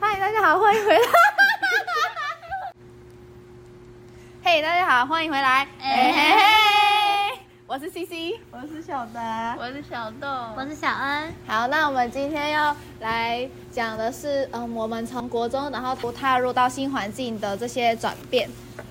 大家好，欢迎回来。嘿、大家好，欢迎回来。哎哎嘿嘿，我是 CC。我是小达，我是小豆，我是小恩，好，那我们今天要来讲的是，嗯，我们从国中然后不踏入到新环境的这些转变。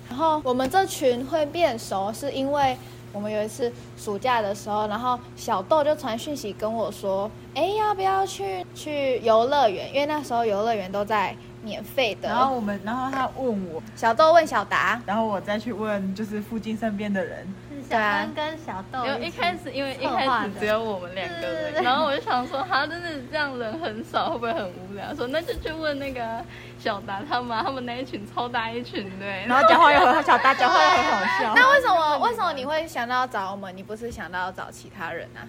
然后我们这群会变熟，是因为我们有一次暑假的时候，然后小豆就传讯息跟我说，哎，要不要去去游乐园？因为那时候游乐园都在免费的。然后我们，然后他问我，小豆问小达，然后我再去问就是附近身边的人，是小恩跟小豆啊因为一起开始因为一策划开始的只有我们两个对对人，对然后我就想说，他真的这样人很少，会不会很无聊？说那就去问那个小达他们啊，他们那一群超大一群的欸，然后讲话又很小达讲话又很好笑。那为什么为什么你会想到找我们？你不是想到找其他人啊？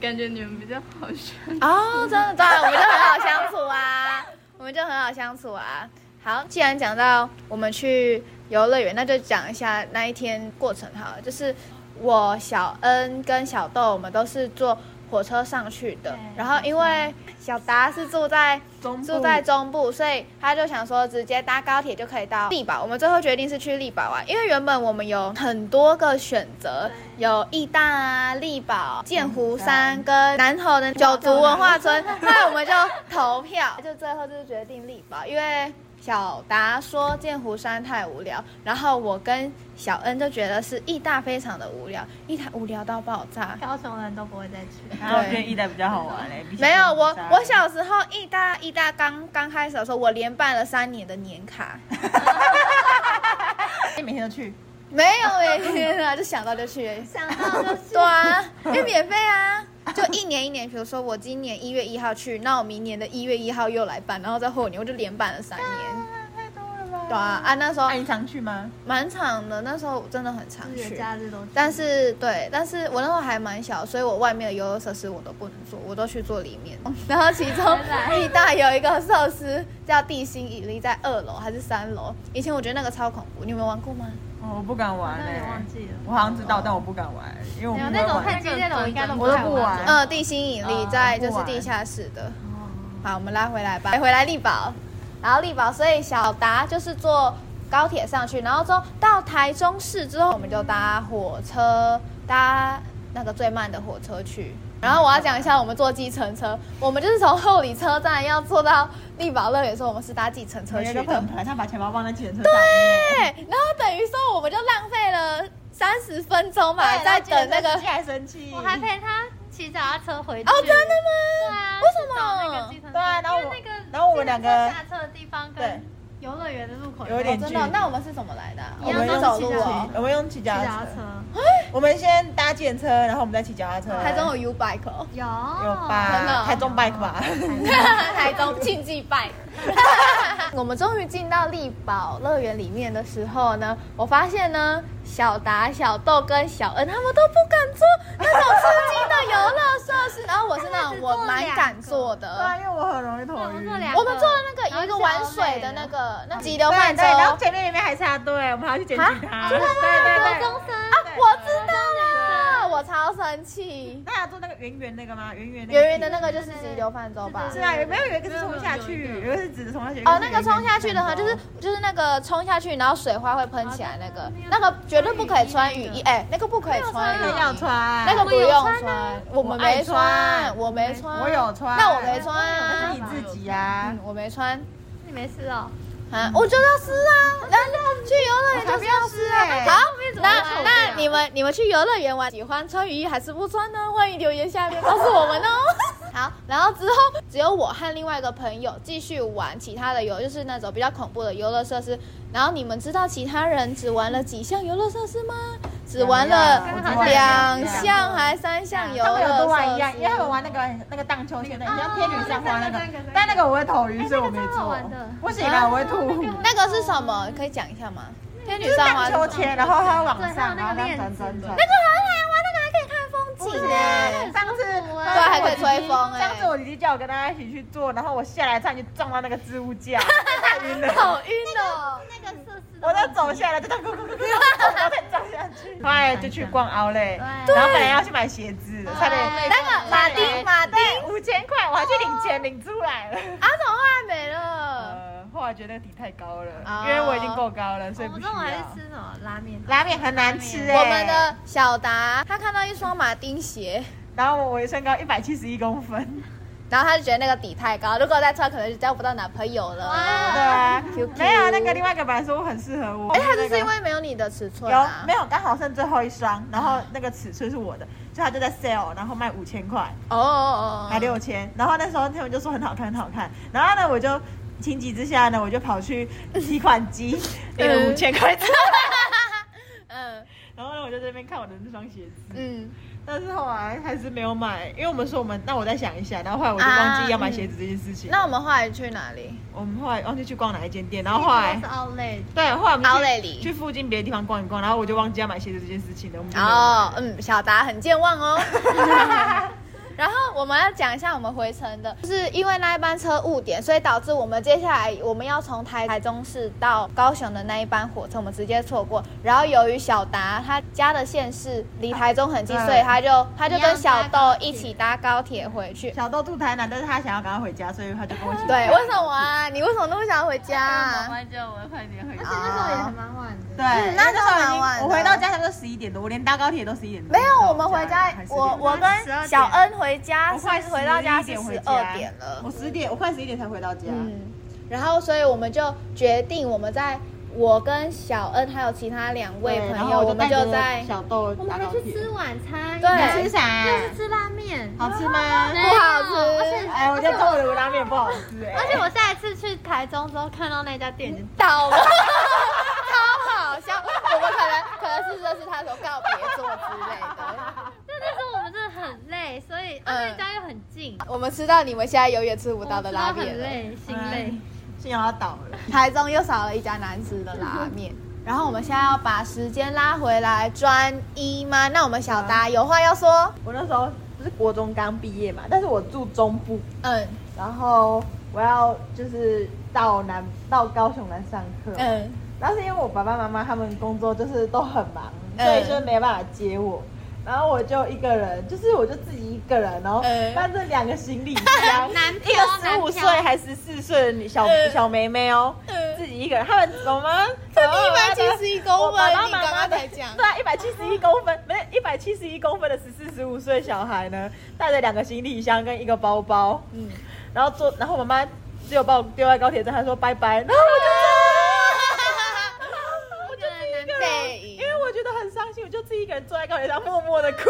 感觉你们比较好笑。哦，真的，对，我们就很好相处啊， 我们就很好相处啊。好，既然讲到我们去游乐园，那就讲一下那一天过程好了。就是我小恩跟小豆，我们都是坐火车上去的对。然后因为小达是住在中部住在中部，所以他就想说直接搭高铁就可以到力宝。我们最后决定是去力宝啊，因为原本我们有很多个选择，有义大啊、力宝、剑湖山跟南投的九族文化村， 那我们就投票，就最后就是决定力宝，因为。小达说剑湖山太无聊，然后我跟小恩就觉得是义大非常的无聊，义大无聊到爆炸。高雄人都不会再去。然后我觉得一代比较好玩欸嘞、比起没有我，三我小时候义大义大刚刚开始的时候，我连办了三年的年卡，你每天都去， 没有哎、天啊，就想到就去，想到就是 对 啊，因为免费啊，就一年一年，比如说我今年一月一号去，那我明年的一月一号又来办，然后再后年我就连办了三年，太多了吧？对啊，啊那时候那你常去吗？蛮长的，那时候真的很常自己的去。假日都啊去，但是对，但是我那时候还蛮小，所以我外面的游乐设施我都不能做，我都去做里面。然后其中义大有一个设施叫地心引力，在二楼还是三楼？以前我觉得那个超恐怖，你有没有玩过吗？哦，我不敢我玩有嘞、点忘记了。我好像知道，但我不敢玩，因为我没不有会那种玩太激烈的，我应该都我都太不玩呃，地心引力啊哦在就不是玩地下室的。哦好，我们拉回来吧，回来力宝，然后力宝，所以小达就是坐高铁上去，然后之后到台中市之后，我们就搭火车，搭那个最慢的火车去。然后我要讲一下，我们坐计程车，我们就是从后里车站要坐到力宝乐园的时候，我们是搭计程车每去个都的很。排，他把钱包放在计程车上面。对，然后等于说我们就浪费了三十分钟嘛，在等那个。计程车司机还生气，我还陪他骑脚踏车回去。哦，真的吗？对啊，为什么去找那个计程车对啊然后我因为那个然后我们两个计程车下车的地方对跟游乐园的入口有点哦真距的哦离？那我们是怎么来的啊？一样我们是都走是路骑脚踏哦。我们用骑脚骑脚踏踏车。车我们先搭计程车，然后我们再骑脚踏车。 台中有 U bike 哦。有有真的哦吧？台中 bike 吧？台中竞技拜。 我们终于进到力宝乐园里面的时候呢，我发现呢，小达、小豆跟小恩他们都不敢坐那种刺激的游乐设施，然后我是那种我蛮敢坐对啊，的。因为我很容易头我晕们。坐两我们坐的那个有一个玩水的那个那急流泛舟，对，然后啊，前面里面还插队，我们还要去捡吉他。对对国对。中生我知道了，我超生气。大家做那个圆圆那个吗？圆圆那个。圆圆的那个就是急流泛舟吧？是啊，有没有有一个是冲下去，有一个是直着冲下去。哦，有那一个是冲下去的话，圆就圆是就是那个冲下去，然后水花会喷起来那个哦，那那个个绝对不可以穿雨衣，那哎，那个不可以穿雨那个要衣，穿，那个不用我有穿啊穿，我们没穿，我没穿，我有穿，那我没穿啊那是你自己啊嗯，。我没穿你没事哦？啊，我就要湿啊，那去游乐园就是要湿我才不要啊。好湿欸后面，怎么那玩那你们你们去游乐园玩，喜欢穿雨衣还是不穿呢？欢迎留言下面告诉我 们哦。好，然后之后只有我和另外一个朋友继续玩其他的游，就是那种比较恐怖的游乐设施。然后你们知道其他人只玩了几项游乐设施吗？只玩了项两两项还三项游他们有乐多玩一设样，因为他们施。玩那个那个荡秋千的，那你个像天女散花那个哦那个那个，但那个我会头晕，哎所以我没那个超好做玩的。不行啊，我会吐。那个是什么？可以讲一下吗？天女就是散花荡是什秋么？千，然后它往对还有上，那然个后链它子转转转那。个很好玩，那个还可以看风不景行哎。，上次对对还可以吹风哎上次我弟弟叫我跟他一起去做，然后我下来差点就撞到那个置 物架，太晕了。好晕哦！那个设施我在走下来，就这样咕咕咕咕咕，然后再撞下 啊去。后来就去逛奥莱，对然后本来要去买鞋子，差点那个马丁马丁啊五千块，我还去领钱领出来了。呃阿总后来没了，来觉得那个底太高了，哦因为我已经够高了，所以我不们需中午还是要。吃什么拉面？拉面很难吃哎、我们的小达他看到一双马丁鞋，然后我我身高一百七十一公分，哦然后他就觉得那个底太高，如果再穿可能就交不到男朋友了。哇对啊 QQ 没有那个另外一个本来说我很适合我，哎，他就是那个因为没有你的尺寸有啊没。有刚好剩最后一双，然后那个尺寸是我的，所以他就在 sale，然后卖五千块，哦哦哦哦，还六千，然后那时候他们就说很好看，很好看，然后呢我就情急之下呢，我就跑去提款机 领了五千块钱， 嗯然后呢我就在那边看我的那双鞋子，嗯，但是后来还是没有买，因为我们说我们那我再想一下，然后后来我就忘记要买鞋子这件事情。那我们后来去哪里？我们后来忘记去逛哪一间店，然后后来是 Outlet，对，后来我们奥莱去里去附近别的地方逛一逛，然后我就忘记要买鞋子这件事情了。我们就没有哦，嗯，小达很健忘哦。然后我们要讲一下我们回程的，就是因为那一班车误点，所以导致我们接下来我们要从台台中市到高雄的那一班火车，我们直接错过。然后由于小达他家的县市离台中很近，对所以他就他就一样跟小搭豆高铁一起搭高铁回去。小豆住台南，但是他想要赶快回家，所以他就跟我一起。对，为什么啊？你为什么那么想要回家、妈啊？妈叫我快点回而家且。那时候也还蛮晚的。对，嗯那因为时候已就蛮经晚的我回到家差不多十一点多，我连搭高铁都十一点多。没有，我们回家还，是我我跟12小恩回家我是快回到家是11点回十家二点了我。十点，我快十一点才回到家。嗯，然后所以我们就决定，我们在我跟小恩还有其他两位对然朋后友，我我们带着就在小豆我搭们高还去铁。吃晚餐，对你吃啥？又是吃拉面，好吃吗？不好吃而且哎，我觉得中午的拉面不好吃哎。而且我下一次去台中之后看到那家店就倒了， 超好笑。我们可能可能是这是他说告别作之类的。但那时候我们真的很累，所以啊嗯那家又很近，我们吃到你们现在永远吃不我到的拉面很了，累，心哎累。嗯信仰要倒了。台中又少了一家难吃的拉面。 然后我们现在要把时间拉回来，专一吗？那我们小达有话要说。我那时候不是国中刚毕业嘛，但是我住中部，嗯然后我要就是到南到高雄来上课，嗯然后是因为我爸爸妈妈他们工作就是都很忙，嗯所以就是没办法接我。然后我就一个人，就是我就自己一个人，然后嗯搬着两个行李箱，难一挑个十五难岁挑还十四岁的小、嗯小妹妹哦，嗯，自己一个人，他们怎么？啊他一百七十一公我爸分，爸你妈刚妈刚的才讲。对啊，一百七十一公分，没一百七十一公分的十四十五岁小孩呢，带着两个行李箱跟一个包包，嗯。然后坐，然后我妈妈只有把我丢在高铁站，她说 拜拜，然后我我觉得就一个背人，影因为我觉得很伤心，我就自己一个人坐在高铁上默默 的哭，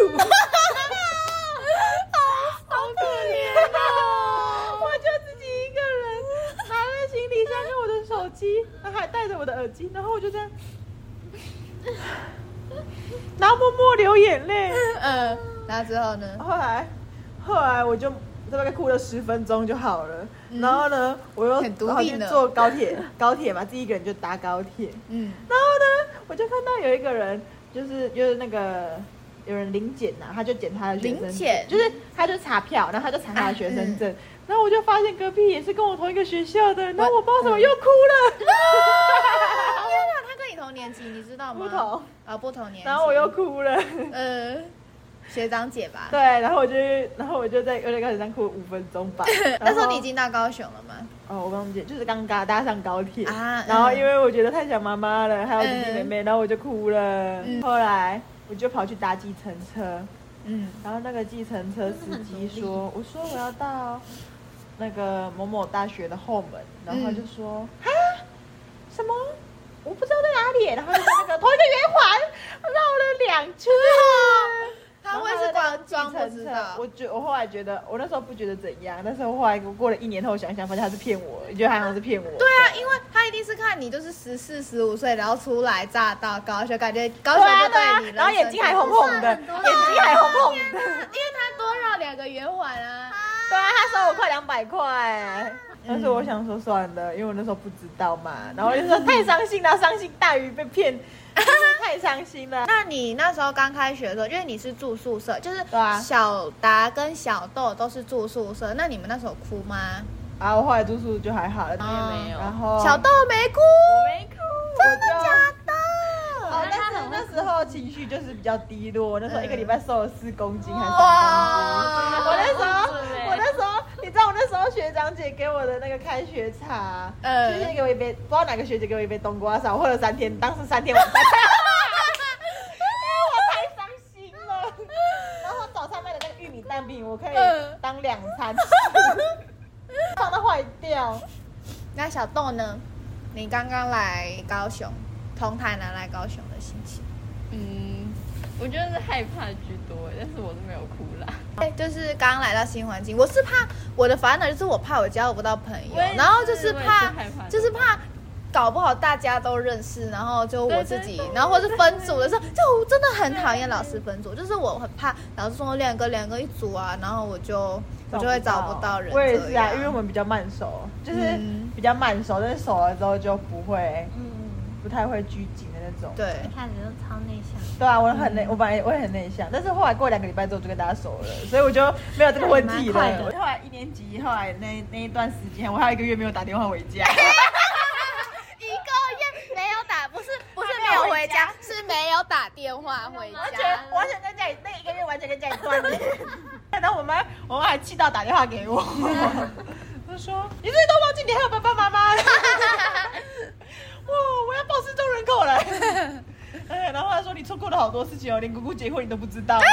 好可怜哦！我就自己一个人拿着行李箱跟我的手机，然后还带着我的耳机，然后我就这样，然后默默流眼泪。嗯，那之后呢？后来，后来我就大概哭了十分钟就好了。然后呢，我又很独跑立去呢坐高铁，高铁嘛，自己一个人就搭高铁。嗯，然后呢，我就看到有一个人，就是就是那个有人领检呐、他就检他的学生领证检，就是他就查票，然后他就查他的学啊嗯生证。然后我就发现隔壁也是跟我同一个学校的，然后我不知道怎么嗯又哭了，天哪，他跟你同年级，你知道吗？不同，啊，不同年级。然后我又 哭了。呃，学长姐吧。。对，然后我就，然后我就在有点高铁上哭了五分钟吧 那时候然后你已经到高雄了吗？哦，我刚姐就是刚刚搭上高铁啊然后嗯因为我觉得太想妈妈了，还有弟弟妹妹，然后我就哭了。嗯后来我就跑去搭计程车，嗯然后那个计程车司机真的说：“我说我要到那个某某大学的后门。”然嗯后他就说：“啊、什么？我不知道在哪里。”然后就在那个同一个圆环绕了两圈。他会是光光装不知道我觉我后来觉得，我那时候不觉得怎样，但是我后来过了一年后想想，发现他是骗我，你觉得他好像是骗我。对啊，因为他一定是看你就是十四、十五岁，然后初来乍到高雄，感觉高对雄啊就对啊对你，然后眼睛还红红的，眼很多人睛还红红的。啊因为他多绕两个圆环啊。对啊，他收我快两百块。但是我想说算了，因为我那时候不知道 嘛，然后就说太伤心了，伤心大于被骗， 就是太伤心了。那你那时候刚开学的时候，因为你是住宿舍，就是对啊小达跟小豆都是住宿舍，那你们那时候哭吗？啊，我后来住宿就还好了，也没有然后小豆没哭，哦我没哭，真的假的？哦，那但他是很会那时候情绪就是比较低落，那时候一个礼拜瘦了四公斤还是三公斤。哇我那时候很准欸，我那时候，你你知道我那时候学长姐给我的那个开学茶，嗯就是给我一杯，不知道哪个学姐给我一杯冬瓜茶，我喝了三天，当时三天 晚餐，因为我太伤心了。然后早餐卖的那个玉米蛋饼，我可以嗯当两餐吃，放到坏掉。那小豆呢？你刚刚来高雄，从台南来高雄的心情？嗯，我觉得是害怕居多，欸但是我是没有哭啦。对，哎就是刚刚来到新环境，我是怕我的烦恼就是我怕我交不到朋友我也，是然后就是怕我也是害怕就是怕搞不好大家都认识，然后就我自对己对，对然后或是分组的时候，就我真的很讨厌老师分组，就是我很怕老师说两个两个一组啊，然后我就我就会找不到人。我也是这啊，样因为我们比较慢熟，就是嗯比较慢熟，但是熟了之后就不会，嗯，不太会拘谨的那种。对嗯你看你都超内向，对啊，我很内，我本来我也很内向，但是后来过两个礼拜之后就跟大家熟了，所以我就没有这个问题蛮快了的。我后来一年级，后来那那一段时间，我还有一个月没有打电话回家，一个月没有打，不是不是没有回家，是没有打电话回完家。全完全跟家里那一个月完全跟家里断联。然后我妈我妈还气到打电话给我，她说你这都忘记你还有爸爸妈妈了，哇，我要暴失踪人口了。 哎，然后她说你错过了好多事情哦，连姑姑结婚你都不知道。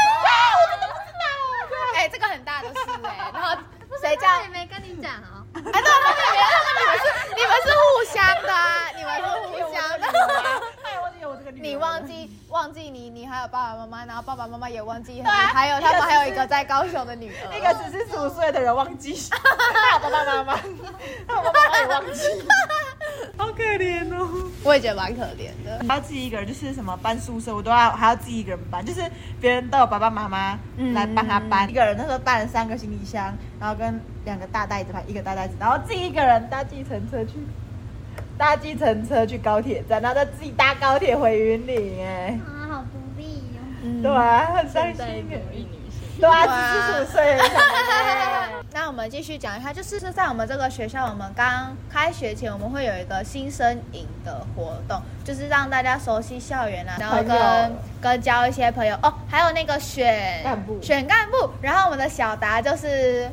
哎、这个很大的事哎、然后谁谁叫叫你啊没跟你讲哦？哎，对对对，你们你们是你们是互相的啊、你们是互相 的。哎，我有我这个女儿你忘 记忘记你，你还有爸爸妈妈，然后爸爸妈妈 也忘记你，啊还有他们还有一个在高雄的女儿。那个只是十五岁的人忘记，他有爸爸妈妈，他有爸爸妈妈也忘记，好可怜哦。我也觉得蛮可怜的。还要自己一个人，就是什么搬宿舍，我都要还要自己一个人搬，就是别人都有爸爸妈妈来帮他搬，一个人那时候带了三个行李箱，然后跟两个大袋子吧，一个大袋子，然后自己一个人搭计程车去，搭计程车去高铁站，然后再自己搭高铁回云林，哎，啊，好独立哦。嗯对啊，很伤 现心代哎独，立女 性，对啊，十四 岁了。那我们继续讲一下，就是是在我们这个学校，我们刚开学前，我们会有一个新生营的活动，就是让大家熟悉校园啊，然后朋友跟跟交一些朋友哦，还有那个选干部选干部，然后我们的小达就是。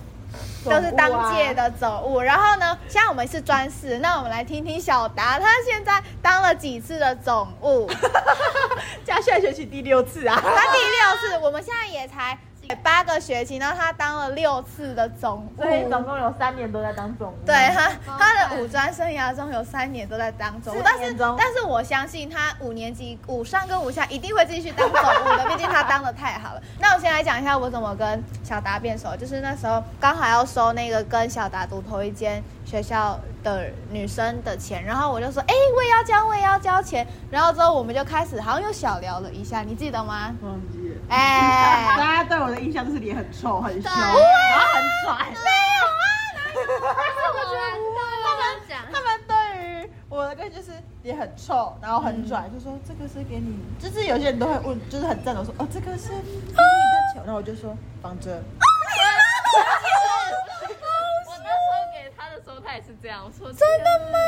走就是路啊当 届的走务，然后呢，现在我们是专四，那我们来听听小达他现在当了几次的总 务，加下学期第六次啊，他第六次，我们现在也才哎八个学期，然后他当了六次的总务， 所以总共有三年都在当总务。对他，他的五专生涯中有三年都在当总务，哦四但是年中但是我相信他五年级五上跟五下一定会继续当总务的，毕竟他当的太好了。 那我先来讲一下我怎么跟小达变熟，就是那时候刚好要收那个跟小达读同一间学校的女生的钱，然后我就说，哎、我也要交，我也要交钱。然后之后我们就开始好像又小聊了一下，你记得 吗？忘记了。哎、 大家对我的印象就是脸很臭、很凶，对然后很啊拽。我觉得 我们讲他们对于我的歌就是脸很臭，然后很拽，就说这个是给你，就是有些人都会问，就是很赞同说，哦，这个是给你的球，然后我就说放着。我那时候给他的时候，他也是这样，我说真的吗？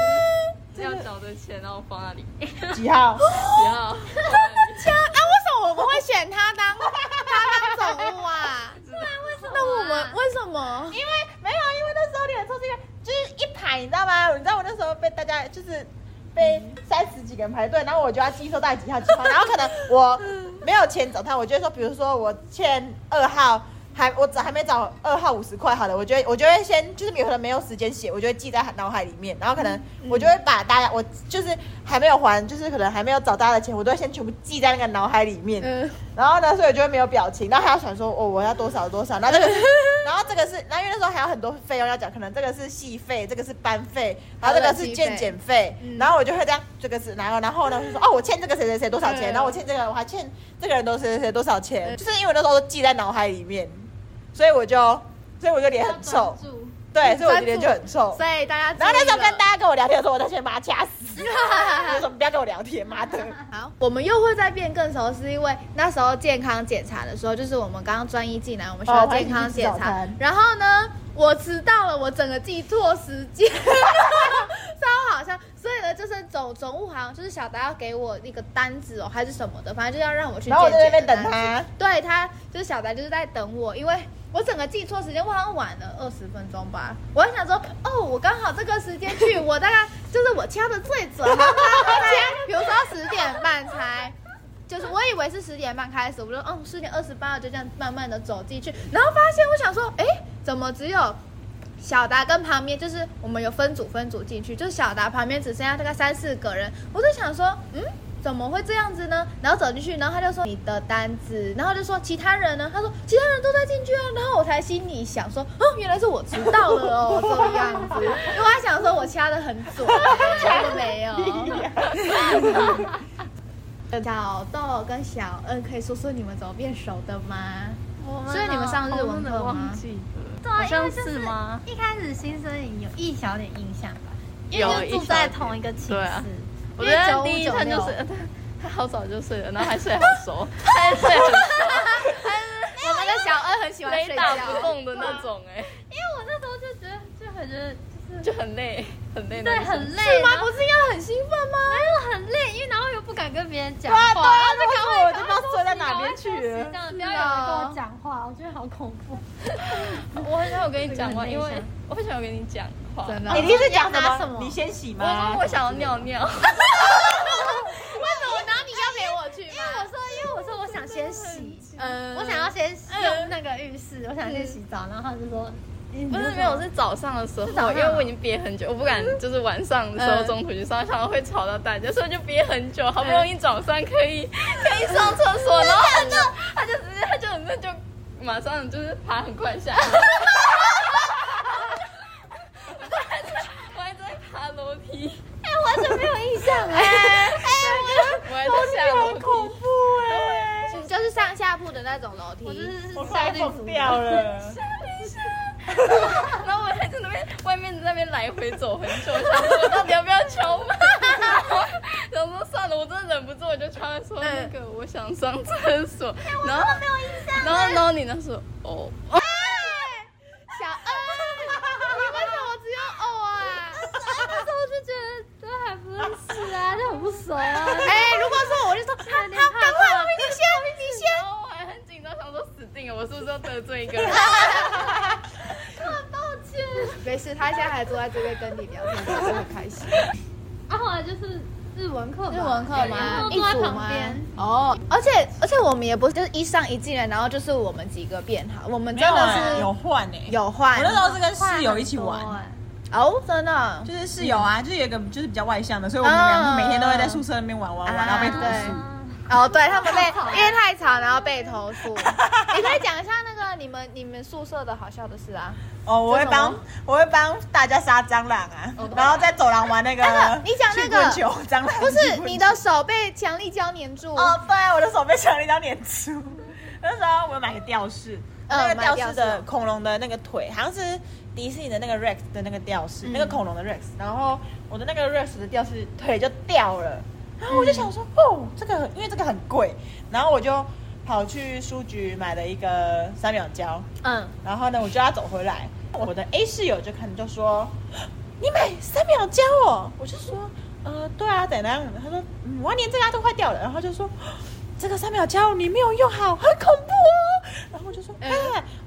要缴的钱，然后放那 里，几号？然 后放那里 这样啊，为什么我们会选他当他当总务啊？为什么啊？那我们为什么？因为没有，啊因为那时候脸很臭是因为就是一排，你知道吗？你知道我那时候被大家就是被三十几个人排队，然后我就要记收大概几号几号，然后可能我没有钱找他，我就会说，比如说我欠二号。还我找还没找二号五十块，好了，我就会我就会先就是有可能没有时间写，我就会记在脑海里面，然后可能我就会把大家我就是还没有还，就是可能还没有找大家的钱，我都会先全部记在那个脑海里面。嗯，然后呢，所以我就会没有表情，然后还要想说，哦，我要多少多少，然后这个 是，然后这个是，然后因为那时候还有很多费用要讲，可能这个是戏费，这个是班费，然后这个是健检费，嗯然后我就会这样，这个是，然后然后呢，我就说，哦，我欠这个谁谁谁多少钱，嗯然后我欠这个，我还欠这个人多谁谁谁多少钱，就是因为我那时候都记在脑海里面，所以我就，所以我就脸很臭要专，注对，所以我的脸就很臭。所以大家注意然后那时候了跟大家跟我聊天的时候，我都先把他 掐死，我就说不要跟我聊天，妈的。好，我们又会再变更熟，是因为那时候健康检查的时候，就是我们刚刚专一进来，我们需要哦我还健康检一起吃早查餐。然后呢，我 迟到了，我整个记错时间，超好笑。所以呢，就是总总务好像就是小达要给我一个单子哦，还是什么的，反正就是要让我去然后我见在那解边的等单子。他，对他就是小达就是在等我，因为我整个记错时间，我好像晚了二十分钟吧。我还想说，哦，我刚好这个时间去，我大概就是我掐的最准，然后他大概比如说十点半才。就是我以为是十点半开始，我就嗯十点二十八，我就这样慢慢的走进去，然后发现我想说，哎，怎么只有小达跟旁边就是我们有分组分组进去，就是小达旁边只剩下大概三四个人，我就想说，嗯，怎么会这样子呢？然后走进去，然后他就说你的单子，然后就说其他人呢？他说其他人都在进去啊，然后我才心里想说，哦，原来是我迟到了哦，这样子，因为我还想说我掐的很 准，掐的没有。 小豆跟小恩可以说说你们怎么变熟的吗？我们所以你们上日文课吗哦真的忘记对了，啊因好为像就是吗？一开始新生营有一小点印象吧，因有为就一住小在点同一个寝对啊室。我因觉为得95第一餐就96 是他好早就睡了，然后还睡好熟，他还睡 很熟，我们的小恩很喜欢雷睡打觉，不动的那种，哎，因为我那时候就觉得，就很觉得就是就很累，很累，对很。累，是吗然？后不是应该很兴奋吗？没有很累，因为然后又不敢跟别人讲对话，啊对啊然后就赶快我就不知道坐在哪边去了这样不要有人跟我讲话，我觉得好恐怖。我很想有跟你讲话，这个很内因为向我很想有跟你讲话。真的你第一次讲你要拿什什么？么你先洗我吗？说我想要尿 尿，我啊拿你要陪我去因为我说，因为我说我想先洗，嗯我想要先用那个浴室，我想先洗澡，然后他就说，你不是没有，是早上的时候，是早上因为我已经憋很久，我不敢就是晚上的时候中途去上，想到会吵到大家，所以就憋很久，好不容易早上可以可以上厕所，然后他就他就直接他就那就马上就是爬很快下来。我还在爬楼梯，哎，完全没有印象哎，我还在下楼很梯，恐怖哎！你就是上下铺的那种楼梯，我就是我下快地疯掉了。然后我还在那边外面那边来回走很久，我想说我到底要不要敲门？然后想说算了，我真的忍不住，我就敲门说那个我想上厕所，然后没有印象。然后然后你那时候哦，小恩，你为什么只有偶啊？那时候 我就觉得都还不认识啊，就很不熟 啊。哎，如果说我就说，有点害怕，你先，你先。然后我还很紧张，想说死定了，我是不是要得罪一个人？抱歉。没事，他现在还坐在这边跟你聊天，他很开心。啊，后来就是日文课吧，日文课吗？因为我坐在旁边。哦，而且而且我们也不是就是一上一进来，然后就是我们几个变好，我们没真有的啊，是有换哎，有换我那时候是跟室友一起玩很多，哎哦，真的就是室友啊，就是有一个就是比较外向的，所以我们俩每天都会在宿舍那边玩玩玩，然后被投诉。啊哦，对他们被好吵因为太吵，然后被投诉。你可以讲一下那个你们你们宿舍的好笑的事啊？哦，我会这帮种我会帮大家杀蟑螂啊，然后在走廊玩哎那个那个你讲那个曲棍球蟑螂，不曲是棍你球的手被强力胶粘住哎哦，对，我的手被抢了一张脸珠。 那时候我买个吊饰，那个嗯买吊吊饰饰的恐龙的那个腿，好像是迪士尼的那个 Rex 的那个吊嗯饰，那个恐龙的 Rex。然后我的那哦个 Rex 的吊饰腿就掉了，然嗯后我就想说，哦，这个因为这个很贵，然后我就跑去书局买了一个三秒胶，嗯，然后呢，我就要走回来，我的 A 室友就看就说：“你买三秒胶哦。”我就说：“呃，对啊，怎样？”他说：“嗯，我要粘这个啊都快掉了。”然后就说：“这个三秒胶你没有用好，很恐怖哦。”然后我就说：“哎、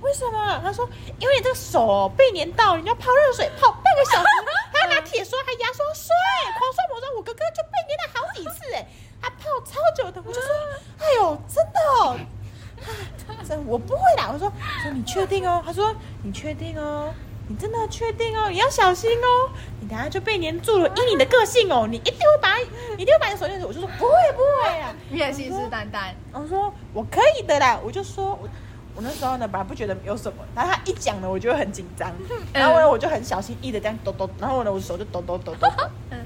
为什么？”他说：“因为你这个手哦被粘到，你要泡热水泡半个小时，还要拿铁刷还牙刷刷、哎，狂刷魔刷，我哥哥就被粘了好几次、哎，他泡超久的。”我就说：“哎呦，真的哦。” 这我不会啦。我说，我说你确定哦？他说你确定哦？你真的确定哦？你要小心哦！你等下就被粘住了。以你的个性哦，你一定会把，你一定会把你手粘住。我就说不会不会啊。你也信誓旦旦。我说我可以的啦。我就说我我那时候呢，本来不觉得有什么，然后他一讲呢，我就会很紧 张。嗯然后呢，我就很小心翼翼的这样抖抖，然后呢，我的手就抖抖抖抖 抖。嗯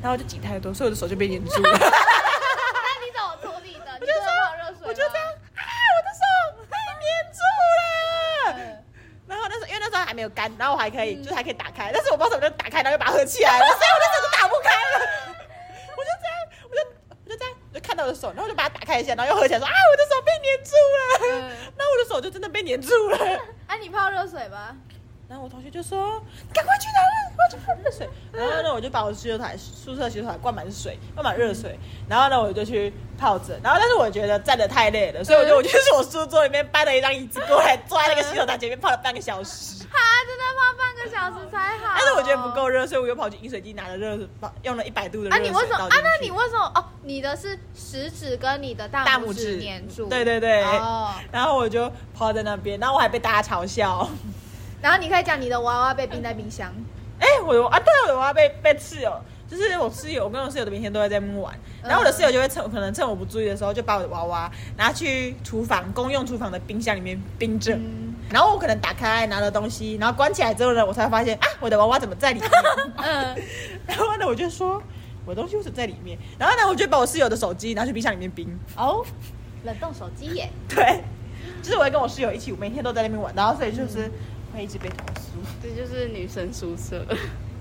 然后我就挤太多，所以我的手就被粘住了。那你怎么处理的？你就就说泡热水吗，我就这样，啊，我的手被粘住嗯了。然后那时候因为那时候还没有干，然后我还可以，就是还可以打开，但是我不知道怎么就打开，然后就把它合起来了，所以我的手都打不开了。 我就这样，我就我就这样，我就看到我的手，然后我就把它打开一下，然后又合起来，说啊，我的手被粘住了。嗯然后我的手就真的被粘住了。啊哎，你泡热水吧。然后我同学就说：“赶快去拿热，快去拿热水。”然后呢，我就把我洗手台宿舍洗手台灌满水，灌满热水。然后呢，我就去泡着。然后，但是我觉得站的太累了，所以我就我就去我书桌里面搬了一张椅子过来，坐在那个洗手台前面泡了半个小时。哈，真的泡半个小时才好。 哎但是我觉得不够热，所以我又跑去饮水机拿了热，用了一百度的热哦啊！你水为什么倒啊进？去那你为什么？哦，你的是食指跟你的大大拇指指粘住，对对对。哦，然后我就泡在那边，然后我还被大家嘲笑。然后你可以讲你的娃娃被冰在冰箱，哎、我有啊，对，我有啊，被被室友，就是我室友，我跟我室友的每天都在在那边玩，然嗯后我的室友就会趁可能趁我不注意的时候，就把我的娃娃拿去厨房公用厨房的冰箱里面冰着。嗯然后我可能打开拿了东西，然后关起来之后呢，我才会发现啊，我的娃娃怎么在 里面？嗯， 然后呢，我就说我的东西为什么在里面？然后呢，我就把我室友的手机拿去冰箱里面冰。哦，冷冻手机耶。 对，就是我会跟我室友一起，每天都在那边玩，然后所以嗯就是会一直被投诉。这就是女生宿舍。啊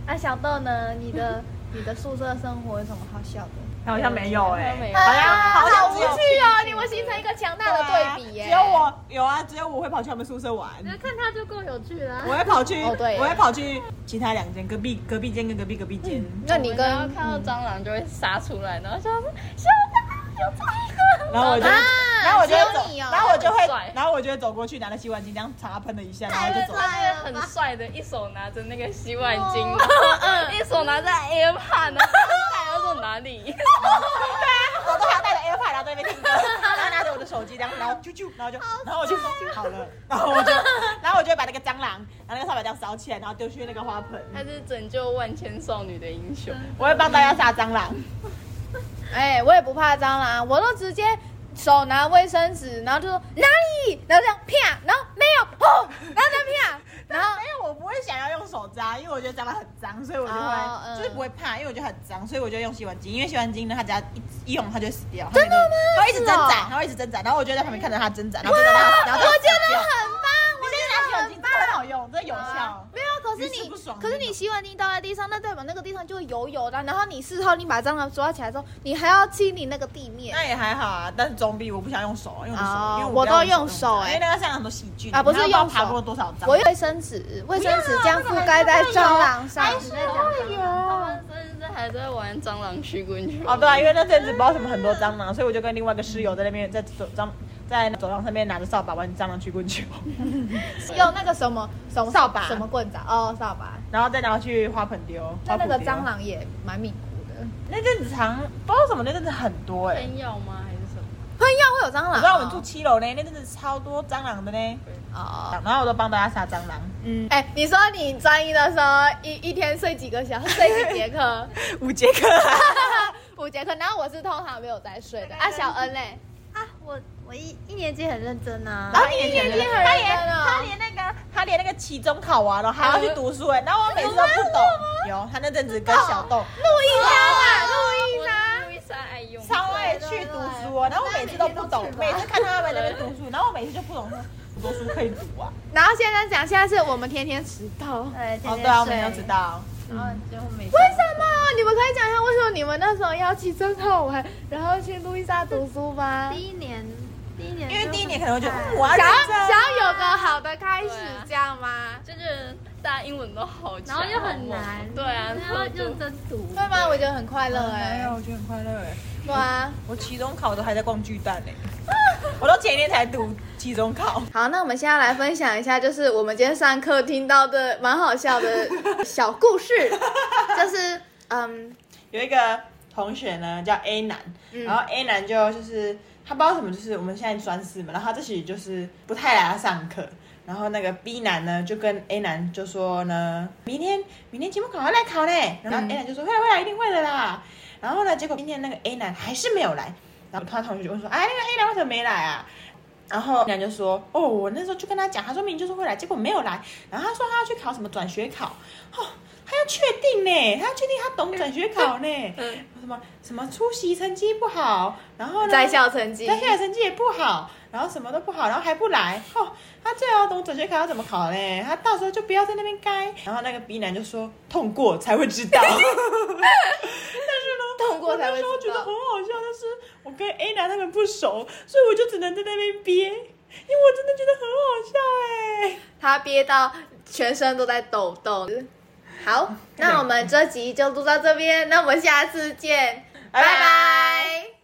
那小豆呢？你的你的宿舍生活有什么好笑的？好像没有哎、没有好像好像啊好无只有趣哦！你们形成一个强大的对比耶。只有我有啊，只有我会跑去他们宿舍 玩。觉得看他就够有趣了我。会跑去，哦对耶我会跑去其他两间，隔壁隔壁间跟隔壁隔壁间。那你跟然后看到蟑螂就会杀出来，然后就说小蟑有蟑螂，然后我就，啊然后我就会走只有你哦然后我就很会帅，然后我就会走过去拿着洗碗巾这样擦喷了一下，然后就走。他就很帅的，一手拿着那个洗碗巾，然后 一手拿着 AirPod，然后他要说哪里？我都还带着 AirPod 然后在那边听歌，然后拿着我的手机这样，然后啾啾，然后就，然后我就好了，然后我 就，然后我就会把那个蟑螂，拿那个扫把这样扫起来，然后丢去那个花盆。他是拯救万千少女的英雄。我会帮大家杀蟑螂。哎、我也不怕蟑螂，我都直接手拿卫生纸，然后就说哪里，然后这样啪，然后没有，砰，然后再啪，然后因为我不会想要用手扎，因为我觉得蟑螂很脏，所以我就会、哦嗯就是不会怕，因为我觉得很脏，所以我就用洗碗巾。因为洗碗巾呢，它只要一一用它就会死掉。真的吗？它会一直挣是哦扎，它会一直挣扎，然后我就在旁边看着它挣扎，然后挣扎到它，然后我觉它死得掉很棒，啊你现在拿洗碗巾真的很好用，真的有效。没有，可是屡试你不爽可是你洗碗巾倒在地上，那代表那个地上就会油油的，然后你事后你把蟑螂抓起来之后，你还要清理那个地面。那也还好啊，但是总比我不想用手，用手，哦因为我不要都用用手欸因为那个上有很多细菌啊不是你知道用手爬过多少蟑我螂？用卫生纸，卫生纸这样覆盖在蟑螂上。他们甚至还在玩蟑螂曲棍球。哦，对啊，因为那阵子不知道什么很多蟑螂，所以我就跟另外一个室友在那边在走蟑在走廊上面拿着扫把玩蟑螂曲棍球。 用那个什么什么扫把什么棍子啊哦，扫把。然后再拿去花盆丢。那那花个圃丢蟑，螂也蛮敏感的。那阵子常不知道为什么，那阵子很多哎、喷药吗？还是什么？喷药会有蟑螂、哦？你知道我们住七楼呢，那阵子超多蟑螂的呢。哦，然后我都帮大家杀蟑螂，嗯，哎、你说你专一的时候，一一天睡几个小时？睡几节课？ 五节课、五节课。然后我是通常没有在睡的。啊，小恩嘞，啊，我我一一年级很认真啊然。后一年你已经很他认连真啊了他连那个他连那个期中考完了还要去读书哎，然后我每次都不懂。有他那阵子跟小豆录音啊，录音啊。路易莎爱用。超爱去读书哦，然后我每次都不懂，每次看他们在那边读书，然后我每次就不懂说很多书可以读啊。然后现在讲，现在是我们天天迟到。对，天哦，天对啊，我睡们都知。道。然后就没。为什么？你们可以讲一下为什么你们那时候要期中考完，然后去路易莎读书吗？第一年，第一年就很，因为第一年可能我觉得，嗯，我要想要认真想要有个好的开始对啊，这样吗？就是大家英文都好然强哦，后又很难，对啊，然后就真读。对吗？我觉得很快嗯乐哎哎呀，、我觉得很快乐哎。对啊。我期中考都还在逛巨蛋呢、我都前一天才读期中考。好，那我们现在来分享一下，就是我们今天上课听到的蛮好笑的小故事，就是嗯，有一个同学呢叫 A 男，然后 A 男就就是他不知道什么，就是我们现在专四嘛，然后他这学期就是不太来他上课。然后那个 B 男呢，就跟 A 男就说呢，明天明天期末考要来考呢。然后 A 男就说、会来会来，一定会的啦。然后呢，结果今天那个 A 男还是没有来，然后他同学就问说，哎，那个 A 男为什么没来啊？然后人家就说，哦，我那时候就跟他讲，他说明明就是会来，结果没有来。然后他说他要去考什么转学考，哦，他要确定呢，他要确定他懂转学考呢，嗯什么什么出席成绩不好，然后呢，在校成绩在校成绩也不好，然后什么都不好，然后还不来，哦，他最好懂转学考要怎么考嘞，他到时候就不要在那边该。然后那个 B 男就说，痛过才 会知道。通过我才那会时候知觉得道。很好笑，但是我跟 A 男他们不熟，所以我就只能在那边憋。因为我真的觉得很好笑哎、他憋到全身都在抖动。好，那我们这集就录到这边，那我们下次见，拜拜拜